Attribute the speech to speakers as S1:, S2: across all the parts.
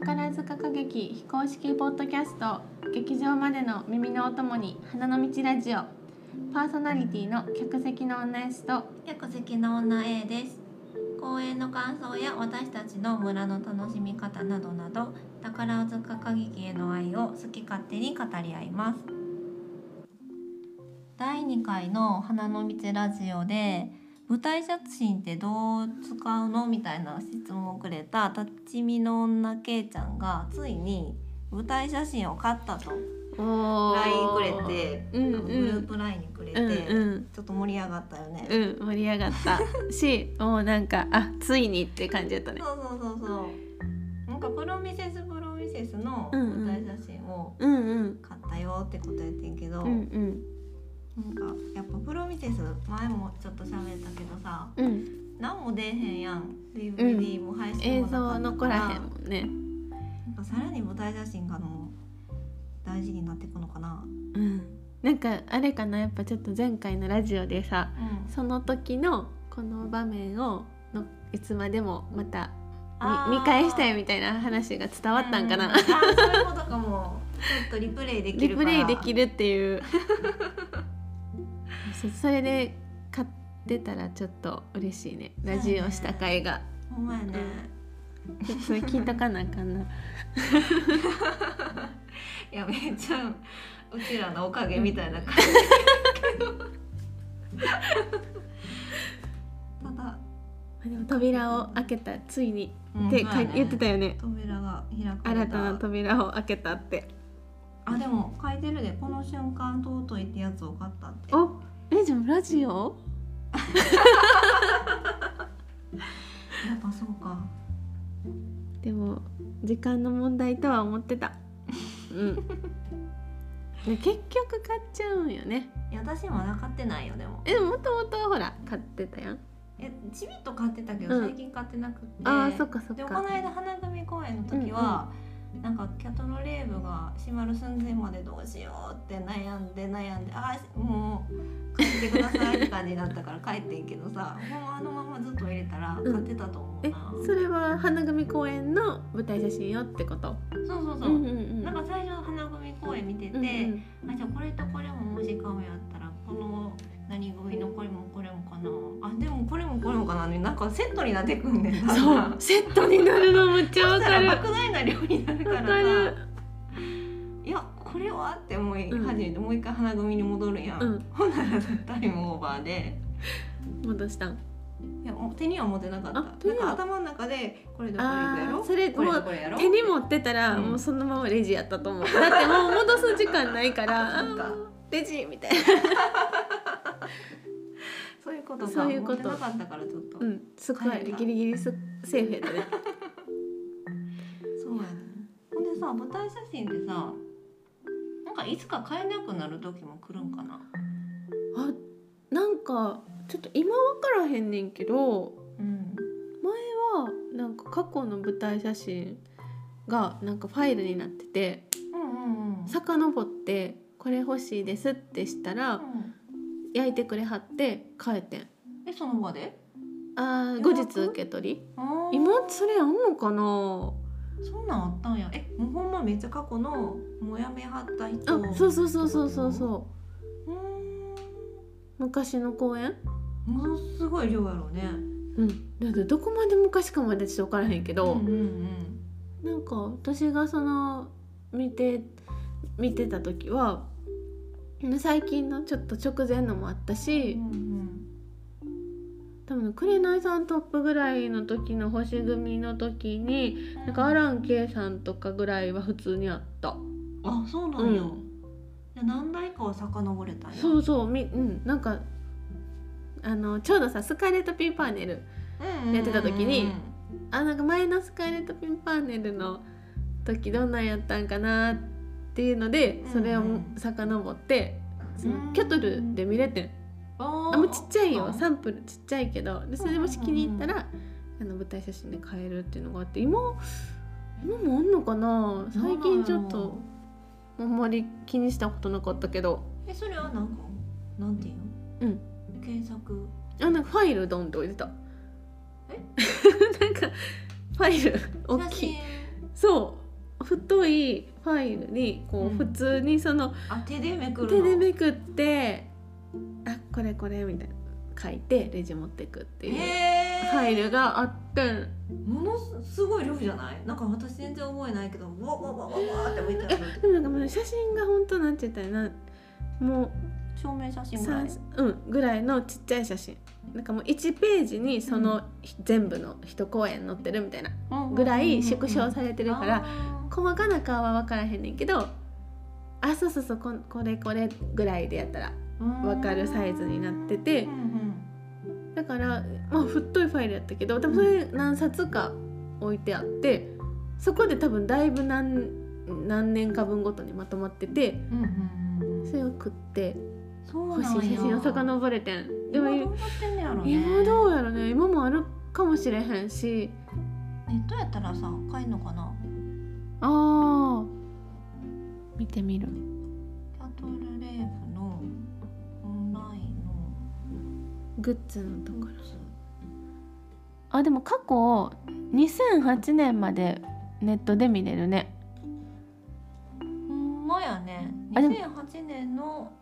S1: 歌劇非公式ポッドキャスト劇場までの耳のお供に花の道ラジオパーソナリティの客席の女 S と
S2: 客席の女 A です公演の感想や私たちの村の楽しみ方などなど宝塚歌劇への愛を好き勝手に語り合います第2回の「花の道ラジオ」で舞台写真ってどう使うのみたいな質問をくれた立ち見の女 K ちゃんがついに舞台写真を買ったと LINE くれて、
S1: うんうん
S2: グループ LINE くれて、
S1: うんうん
S2: ちょっと盛り上がったよね。
S1: うん盛り上がった しもうなんかあついにって感じだったね
S2: そうそうそうそう。なんかプロミセスプロミセスの
S1: うんうん
S2: 舞台写真を
S1: うんうん
S2: 買ったよってことやってんけ
S1: う
S2: ど、
S1: んうん
S2: なんかやっぱプロミセス前もちょっと喋ったけどさ、
S1: うん
S2: 何も出えへんやん。DVD も配信
S1: 映
S2: もな
S1: 像
S2: か
S1: は
S2: った
S1: 残
S2: からら、
S1: へんもんね
S2: なんかさらに舞台写真がもう大事になってくのかな。
S1: うんなんかあれかなやっぱちょっと前回のラジオでさ
S2: うん
S1: その時のこの場面をのいつまでもまた
S2: あー
S1: 見見返したいみたいな話が伝わったんか
S2: う
S1: な
S2: あ、ーそういうことかも。ちょっとリプレイでき
S1: リ
S2: る
S1: プ
S2: から。
S1: レイできるっていうそそれで買ってたらちょっと嬉しいねラジオした回が、
S2: ほんまやね。
S1: ちょっとそれ聞いとかなあかん な
S2: いやめっちゃうちらのおかげみたいな感じただ、
S1: でも扉を開けたついに
S2: うん
S1: って、
S2: ま
S1: か
S2: あね
S1: 言ってたよね
S2: 扉が開かれた
S1: 新たな扉を開けたって
S2: あでも書いてるでこの瞬間尊いってやつを買ったって
S1: おえじゃあラジオ
S2: やっぱそうか
S1: でも時間の問題とは思ってたうんで結局買っちゃうんよね
S2: いや私まだ買ってないよでも
S1: えでももともとほら買ってたやん
S2: えちびっと買ってたけど、
S1: うん
S2: 最近買ってなくて
S1: あーそっかそっ
S2: で
S1: か
S2: もこの間花組公演の時は、なんかキャトルレーブが閉まる寸前までどうしようって悩んで悩んでああもう帰ってくださいって感じになったから帰ってんけどさもうあのままずっと入れたら
S1: うん
S2: 買ってたと思う
S1: え
S2: な、
S1: それは花組公演の舞台写真よってこと
S2: そうそうそう、
S1: うんうんうん
S2: なんか最初花組公演見てて、
S1: うんうん
S2: あじゃあこれとこれももし買うやったらこの何組のこれもこれもかなあでもこれもこれもかななんかセットになってくんねんな
S1: そうセットになるのめっちゃ
S2: そ
S1: わ
S2: した
S1: からるわ
S2: 莫大な量になるから
S1: か
S2: さ
S1: る
S2: いやこれはって思い始めて、もう一回花組に戻るやん、
S1: うん
S2: ほんなら タイムオーバーで
S1: 戻したん
S2: いやもう手には持てなかった
S1: あ手
S2: な
S1: に
S2: ん
S1: は
S2: か頭の中でこれでこれでや
S1: あ
S2: ろ
S1: ーそれ
S2: これ
S1: も
S2: と
S1: う
S2: これやろ
S1: 手に持ってたら
S2: うん
S1: もうそのままレジやったと思うだってもう戻す時間ないから
S2: あそっ
S1: あ
S2: か
S1: ーレジみたいな
S2: そういうことか
S1: そういうこと
S2: 持ってなかったからちょっと、
S1: うんすご
S2: 帰
S1: い
S2: るか
S1: ギリギリすセーフやったね
S2: そうやねほんでさ舞台写真でさなんかいつか買えなくなる時も来るんかな
S1: あなんかちょっと今わからへんねんけど
S2: うん
S1: 前はなんか過去の舞台写真がなんかファイルになってて
S2: うんうんうん
S1: 遡って「これ欲しいです」ってしたら
S2: う
S1: 焼いてくれはって帰ってん
S2: んえその場で
S1: あー
S2: 予
S1: 後
S2: 約
S1: 日受け取り
S2: あー
S1: 今それあんのかな
S2: そんなんあったんやえもうほんまめっちゃ過去のもやめはった人
S1: あそうそうそうそうそうそう
S2: うーん
S1: 昔の公演
S2: ものすごい量やろうね
S1: うんだってどこまで昔かまでちょっと分からへんけど、
S2: うんうん
S1: なんか私がその見て見てた時は最近のちょっと直前のもあった
S2: うんう
S1: し
S2: ん
S1: 多分ね「紅さんトップ」ぐらいの時の星組の時に
S2: うん
S1: なんかアラン・ケイさんとかぐらいは普通にあった
S2: あそうなんや、
S1: う
S2: じゃあ何代かは遡れたんや
S1: そうそうみ、うん、なんかあのちょうどさスカーレット・ピンパーネルやってた時にあなんか前のスカーレット・ピンパーネルの時どんなんやったんかなっていうのでそれを遡って、そのキャトルで見れてん
S2: あ
S1: あもうちっちゃいよ
S2: さ
S1: サンプルちっちゃいけどでそれもし気に入ったらあの舞台写真で買えるっていうのがあって今今もあんのかな最近ちょっとあんまり気にしたことなかったけど
S2: えそれはなんかなんていう
S1: う
S2: の
S1: ん
S2: 検索
S1: あなんかファイルドンって置いてた
S2: え
S1: なんかファイル大
S2: 写
S1: きい
S2: 真
S1: そ太いファイルにこ
S2: う
S1: うん普通にその
S2: あ手でめくる
S1: 手
S2: の
S1: でめくって「あこれこれ」みたいな書いてレジ持ってくっていう
S2: へ
S1: フ
S2: ー
S1: ァイルがあってん
S2: ものすごい量じゃないなんか私全然覚えないけどうわわわわわって置いてある
S1: でもなんかもう写真が本当なんて言ったらいいなもう
S2: 証明写真ぐらい
S1: 三うんぐらいのちっちゃい写真なんかもう1ページにその全部の一公演載ってるみたいなぐらい縮小されてるから、細かな顔は分からへんねんけどあそうそうそうこんこれこれぐらいでやったら分かるサイズになってて
S2: うんうん
S1: だからまあ太いファイルやったけどでもそれ何冊か置いてあってそこで多分だいぶ何何年か分ごとにまとまってて
S2: うんうんうん
S1: それを食って
S2: そ
S1: 欲
S2: うなん
S1: し
S2: や
S1: い写真を遡れてん。でも
S2: 今どうなってんねやろね
S1: 今どうやろね今もあるかもしれへんし
S2: ネットやったらさ買えんのかな
S1: あ見てみる
S2: キャトルレーフのオンラインの
S1: グッズのところ
S2: ら
S1: あでも過去2008年までネットで見れるね
S2: ほんまやね
S1: あでも
S2: 2008年の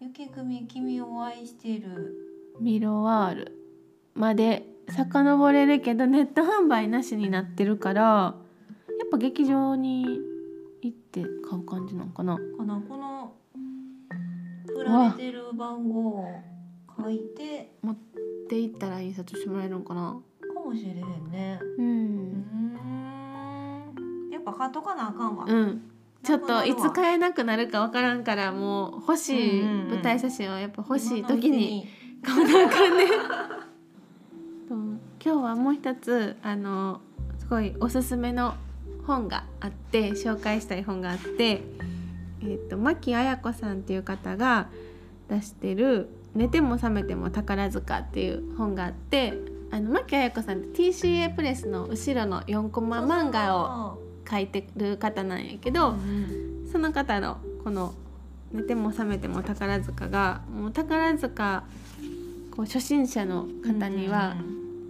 S2: 雪組君を愛している
S1: ミロワールまで遡れるけどネット販売なしになってるからやっぱ劇場に行って買う感じなんかな
S2: かなこの振られてる番号を書いて
S1: って言ったら印刷してもらえるんかな
S2: かもしれへんね
S1: う
S2: うんーんやっぱ買っとかなあかんわ、
S1: うん、ちょっといつ
S2: え
S1: 買えなくなるかわからんからもう欲しい
S2: うんうんうん
S1: 舞台写真をやっぱ欲しい時に買わなあかんね。と今日はもう一つあのすごいおすすめの本があって紹介したい本があって、えー、と牧彩子さんっていう方が出してる「寝ても覚めても宝塚」っていう本があってあの牧彩子さんって TCA プレスの後ろの4コマ漫画を
S2: を
S1: 書いてる方なんやけど、その方のこの「寝ても覚めても宝塚が」もう宝塚こう初心者の方には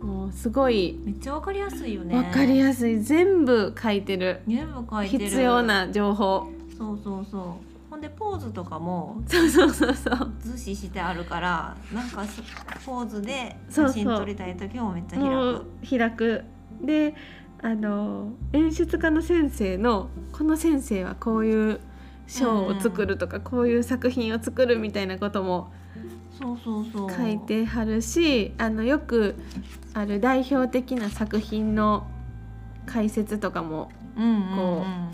S1: もうすごい
S2: めっちゃわかりやすいよね
S1: 分かり
S2: す
S1: やすい、全部書いてる
S2: い全部書いてる
S1: 必要な情報
S2: そうそうそうほんでポーズとかも
S1: そうそうそうそう
S2: 図示してあるからなんかそポーズで
S1: そう
S2: 写
S1: そう
S2: 真撮りたい時もめっちゃ開く
S1: もう開くであの演出家の先生のこの先生はこういう賞を作るとか、こういう作品を作るみたいなことも
S2: そうそうそう
S1: 書いてはるしあのよくある代表的な作品の解説とかも
S2: うんうんうん
S1: こ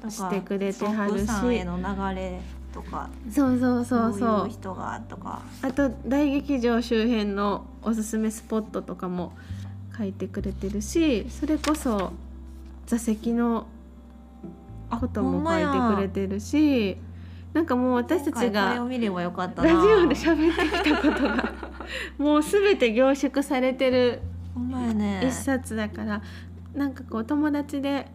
S2: とか
S1: してくれてはるし
S2: 奥さんへの流れとか
S1: そうそうそうそ
S2: こいう
S1: う
S2: 人がとか
S1: あと大劇場周辺のおすすめスポットとかも書いてくれてるしそれこそ座席のことも書いてくれてるしなんかもう私たち
S2: 今回これを
S1: が
S2: 見ればよかった
S1: ラ
S2: な
S1: ジオで喋ってきたことがもう全て凝縮されてる
S2: ほんまやね
S1: 一冊だからなんかこう友達で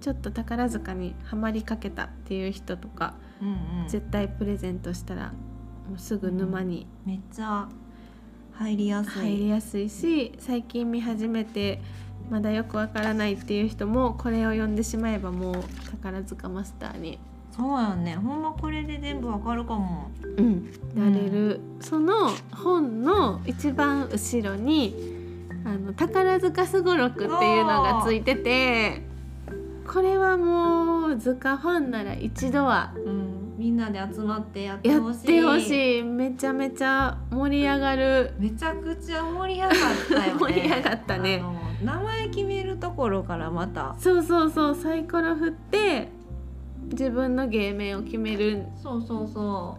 S1: ちょっと宝塚にはまりかけたっていう人とか
S2: うんうん
S1: 絶対プレゼントしたらもうすぐ沼に
S2: めっちゃ入りやす
S1: 入り
S2: い
S1: やすいし最近見始めてまだよくわからないっていう人もこれを読んでしまえばもう宝塚マスターに、
S2: そうやねほんまこれで全部わかるかも
S1: なれる、その本の一番後ろに「あの宝塚すごろく」っていうのがついててこれはもう塚ファンなら一度は
S2: うんみんなで集まってやって
S1: や
S2: ほ
S1: っ
S2: してい
S1: ほしいめちゃめちゃ盛り上がる
S2: めちゃくちゃ盛り上がったよね
S1: 盛り上がったね
S2: あの名前決めるところからまた
S1: そうそうそうサイコロ振って自分の芸名を決める
S2: そうそうそ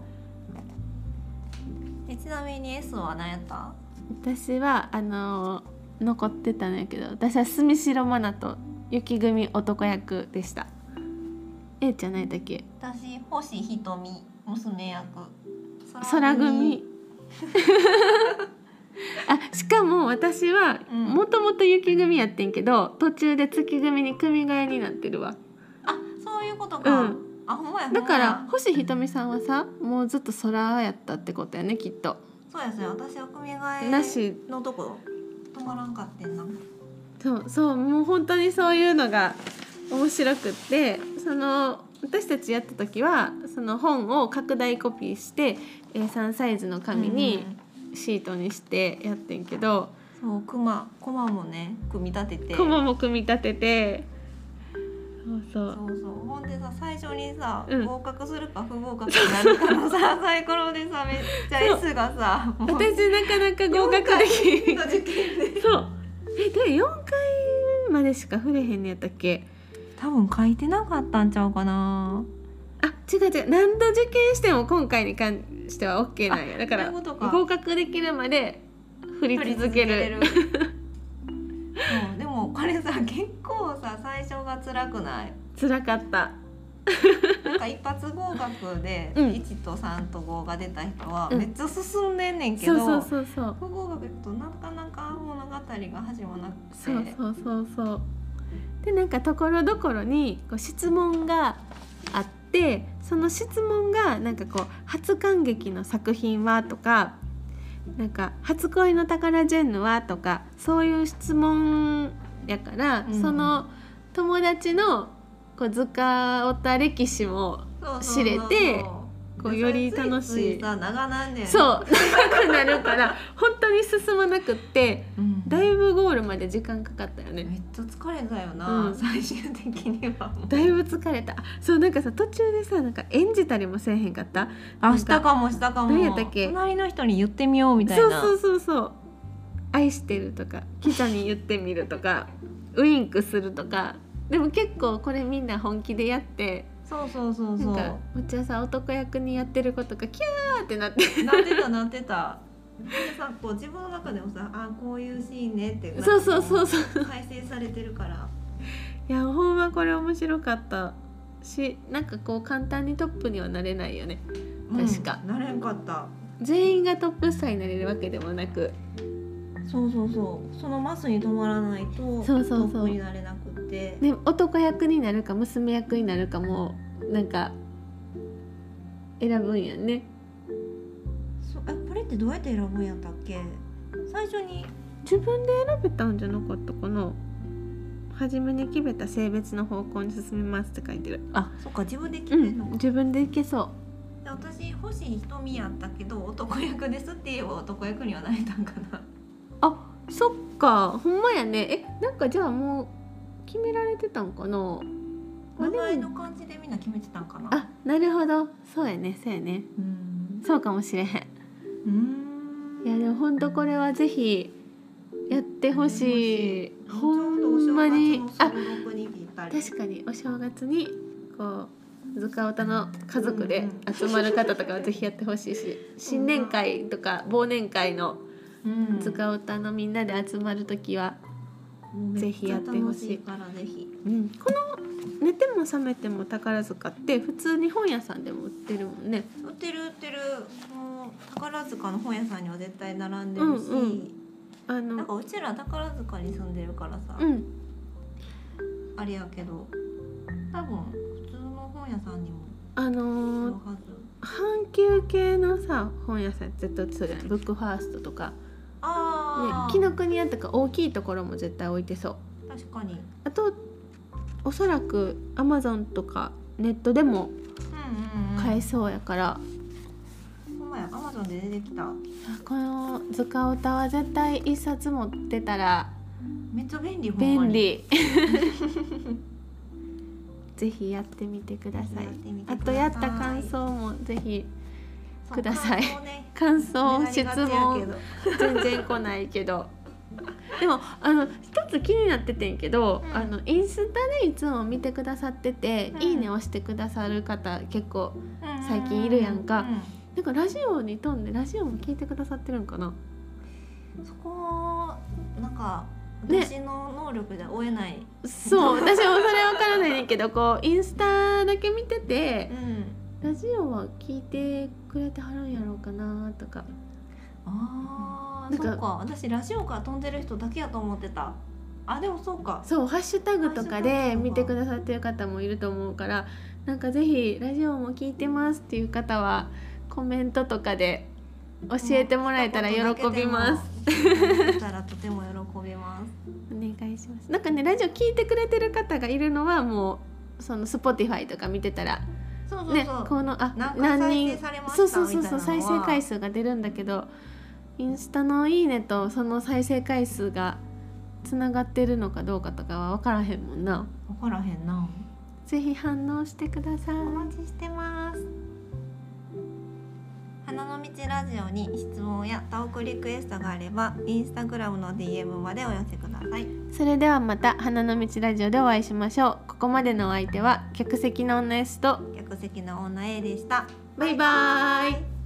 S2: うえちなみに S は何やった
S1: 私はあのー残ってたんやけど私は住城愛菜と雪組男役でした A じゃないだっけ
S2: 私星ひとみ娘役
S1: 空組 あしかも私は
S2: うん
S1: もともと雪組やってんけど途中で月組に組替えになってるわ
S2: あそういうことか、
S1: うん
S2: あほんまやほんま
S1: だ
S2: や
S1: から星ひとみさんはさもうずっと空やったってことやねきっと
S2: そうやそうや私は組替え
S1: なし
S2: のとこ止まらんかってんな
S1: そうそうもう本当にそういうのが面白くってその私たちやった時はその本を拡大コピーして A3 サイズの紙にシートにしてやってんけど、
S2: うんそうクマコマもね組み立てて
S1: コマも組み立ててそうそう
S2: そうそうほんでさ最初にさ、
S1: うん
S2: 合格するか不合格になるかのさサイコロでさめっちゃ S がさもう
S1: 私なかなか合格できひん
S2: の受験で
S1: そうえで4回までしか触れへんのやったっけ
S2: 多分書いてなかったんちゃうかな
S1: あ違う違う何度受験しても今回に関しては OK なんやだから
S2: そういうことか
S1: 合格できるまで振り続ける
S2: 取り続けれるそうでもこれさ結構さ最初が辛くない
S1: 辛かった
S2: なんか一発合格で
S1: うん
S2: 1と3と5が出た人は
S1: うん
S2: めっちゃ進んでんねんけ
S1: そ
S2: ど、
S1: うそうそうそう
S2: 不合格いくとなかなか物語が始まらなくて
S1: そうそうそうそうでなんかところどころにこう質問があってその質問がなんかこう「初感激の作品は?」とか「なんか初恋の宝ジェンヌは?」とかそういう質問やから、
S2: うん
S1: その友達のこう図鑑おった歴史も
S2: そ
S1: 知
S2: う
S1: れてこうより楽
S2: それつ
S1: し
S2: つ
S1: い。
S2: さ長なんねん
S1: そう、長くなるから本当に進まなくって
S2: うん
S1: だいぶゴールまで時間かかったよね。
S2: めっちゃ疲れたよな、
S1: うん
S2: 最終的にはもう
S1: だいぶ疲れたそうなんかさ途中でさなんか演じたりもせえへんかった
S2: あしたかもしたかも
S1: 何やったっけ
S2: 隣の人に言ってみようみたい
S1: そう
S2: な
S1: そうそうそう「愛してる」とか「記者に言ってみる」とか「ウインクする」とかでも結構これみんな本気でやって
S2: そうそうそう
S1: な
S2: そ
S1: ん
S2: う
S1: かうちはさ男役にやってることがキャーってなって
S2: なってたなってたでさこう自分の中でもさあこういうシーンねってなんか
S1: そうそうそうそう
S2: 再生されてるから
S1: いやほんまこれ面白かったしなんかこう簡単にトップにはなれないよね確か
S2: うんなれんかった
S1: 全員がトップスターになれるわけでもなく
S2: そうそうそうそのマスに止まらないと
S1: そうそうそう
S2: トップになれなくって、
S1: ね、男役になるか娘役になるかもなんか選ぶんやね
S2: そえこれってどうやって選ぶんやったっけ最初に
S1: 自分で選べたんじゃなかったかな初めに決めた性別の方向に進みますって書いてるあ
S2: そっか自分で決
S1: う
S2: めるの
S1: ん
S2: か、
S1: 自分でいけそ
S2: で私星瞳やったけど男役ですって言えば男役にはなれたんかな
S1: うそっかほんまやねえなんかじゃあもう決められてたんかなまあ
S2: 名
S1: でも
S2: 前の感じでみんな決めてたんかな
S1: あなるほどそうやねそうやね
S2: うん
S1: そうかもしれへん
S2: うーん
S1: いやでもほんとこれはぜひやってほしい
S2: ち
S1: ほ
S2: ょうどお
S1: ん
S2: 正
S1: ま
S2: 月
S1: に
S2: の
S1: あ
S2: 収録にぴったり
S1: 確かにお正月にこう図鑑オタの家族で集まる方とかはぜひやってほしいし新年会とか忘年会の
S2: うん
S1: 図鑑オタのみんなで集まる時は、
S2: もう
S1: ぜひやってほしい
S2: めっちゃ楽からぜひ
S1: うんこの「寝ても覚めても宝塚」って普通に本屋さんでも売ってるもんね。
S2: 売ってる売ってるもう宝塚の本屋さんには絶対並んでるし、
S1: うんあ
S2: なん
S1: の
S2: かうちら宝塚に住んでるからさ、
S1: うん、
S2: あれやけど多分普通の本屋さんにも
S1: あ
S2: ある
S1: のー
S2: はず
S1: 阪急系のさ本屋さん絶対売ってそうじゃないブックファーストとか、ね、
S2: ああ、
S1: 紀ノ国屋とか大きいところも絶対置いてそう
S2: 確かに
S1: あとおそらくアマゾンとかネットでも
S2: うんうん、うん、
S1: 買えそうやから、
S2: ほんまやアマゾンで出てきた
S1: あこの図鑑オタは絶対一冊持ってたら
S2: めっちゃ便利ほんま
S1: 便
S2: に
S1: 利ぜひやってみてください
S2: やってみて
S1: あ
S2: く
S1: と
S2: ださい
S1: やった感想もぜひ
S2: そう
S1: ください
S2: 感想ね
S1: 感想質
S2: 願いがちやけ
S1: 問
S2: ど
S1: 全然来ないけどでもあの一つ気になっててんけど、
S2: うん
S1: あのインスタでいつも見てくださってて、
S2: うん
S1: いいね押してくださる方結構
S2: うん
S1: 最近いるやんか
S2: うん
S1: なんかラジオに飛んでラジオも聞いてくださってるんかな。
S2: そこなんか
S1: ね
S2: 私の能力で追えない、
S1: そう、私もそれわからないねんけど、こうインスタだけ見てて、ラジオは聞いてくれてはるんやろうかなとか。
S2: あー
S1: なんか
S2: そっか私ラジオから飛んでる人だけやと思ってたあでもそうか
S1: そう、ハッシュタグとかで見てくださってる方もいると思うから、なんかぜひラジオも聞いてますっていう方はコメントとかで教えてもらえたら喜びます。
S2: たらとても喜びます。
S1: お願いしますなんかねラジオ聞いてくれてる方がいるのはもうその Spotify とか見てたら
S2: そうそうそう。
S1: ねこのあ
S2: 何回
S1: 何
S2: 再
S1: 人
S2: 生されました
S1: そうそうそうそう
S2: みた
S1: 再
S2: いなの
S1: 生
S2: は
S1: 回数が出るんだけどインスタの「いいね」とその再生回数がつながってるのかどうかとかは分からへんもんな
S2: 分からへんな。
S1: ぜひ反応してください
S2: お待ちしてます。花の道ラジオに質問やトークリクエストがあれば、インスタグラムの DM までお寄せください。
S1: それではまた花の道ラジオでお会いしましょうここまでのお相手は客席の女 S と
S2: 客席の女 A でした。
S1: バイバーイ
S2: バイ